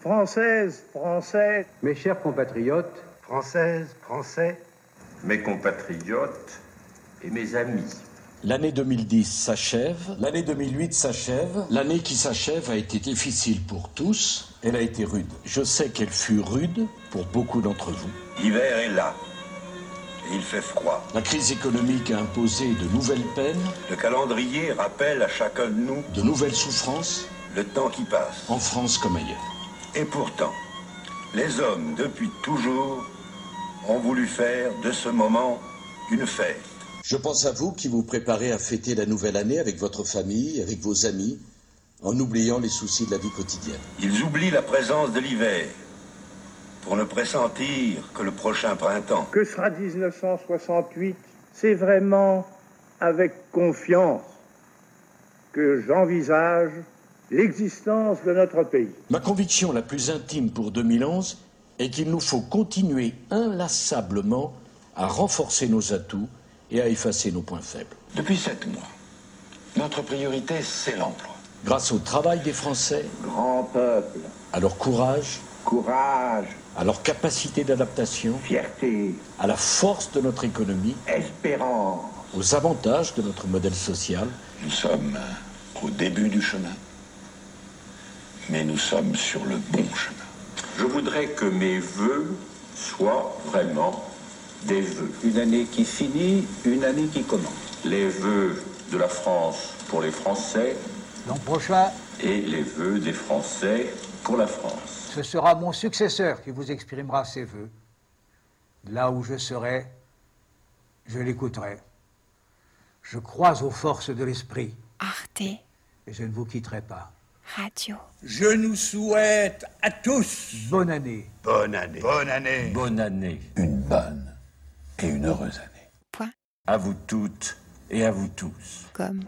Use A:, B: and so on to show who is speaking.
A: Française, Français,
B: Mes chers compatriotes,
C: Française, Français,
D: mes compatriotes et mes amis.
E: L'année 2010 s'achève, l'année 2008 s'achève, l'année qui s'achève a été difficile pour tous, elle a été rude. Je sais qu'elle fut rude pour beaucoup d'entre vous.
D: L'hiver est là et il fait froid.
E: La crise économique a imposé de nouvelles peines,
D: Le calendrier rappelle à chacun de nous
E: de nouvelles souffrances,
D: le temps qui passe.
E: en France comme ailleurs.
D: Et pourtant, les hommes, depuis toujours, ont voulu faire de ce moment une fête.
E: Je pense à vous qui vous préparez à fêter la nouvelle année avec votre famille, avec vos amis, en oubliant les soucis de la vie quotidienne.
D: Ils oublient la présence de l'hiver pour ne pressentir que le prochain printemps.
A: que sera 1968 C'est vraiment avec confiance que j'envisage l'existence de notre pays.
E: Ma conviction la plus intime pour 2011 est qu'il nous faut continuer inlassablement à renforcer nos atouts et à effacer nos points faibles.
F: Depuis sept mois, notre priorité, c'est l'emploi.
E: Grâce au travail des Français,
F: Grand peuple,
E: à leur courage,
F: courage,
E: à leur capacité d'adaptation,
F: fierté,
E: à la force de notre économie,
F: espérance.
E: aux avantages de notre modèle social,
F: Nous sommes euh, au début du chemin, mais nous sommes sur le bon chemin.
D: Je voudrais que mes voeux soient vraiment des voeux.
F: Une année qui finit, une année qui commence.
D: Les voeux de la France pour les Français
G: L'an prochain,
D: et les voeux des Français pour la France.
G: ce sera mon successeur qui vous exprimera ses voeux. Là où je serai, je l'écouterai. Je crois aux forces de l'esprit
H: Arte
G: et je ne vous quitterai pas.
H: Radio.
I: Je nous souhaite à tous
G: Bonne année.
C: bonne année. Bonne année.
E: bonne année
F: Une bonne et une heureuse année.
H: Point
E: à vous toutes et à vous tous.
H: com.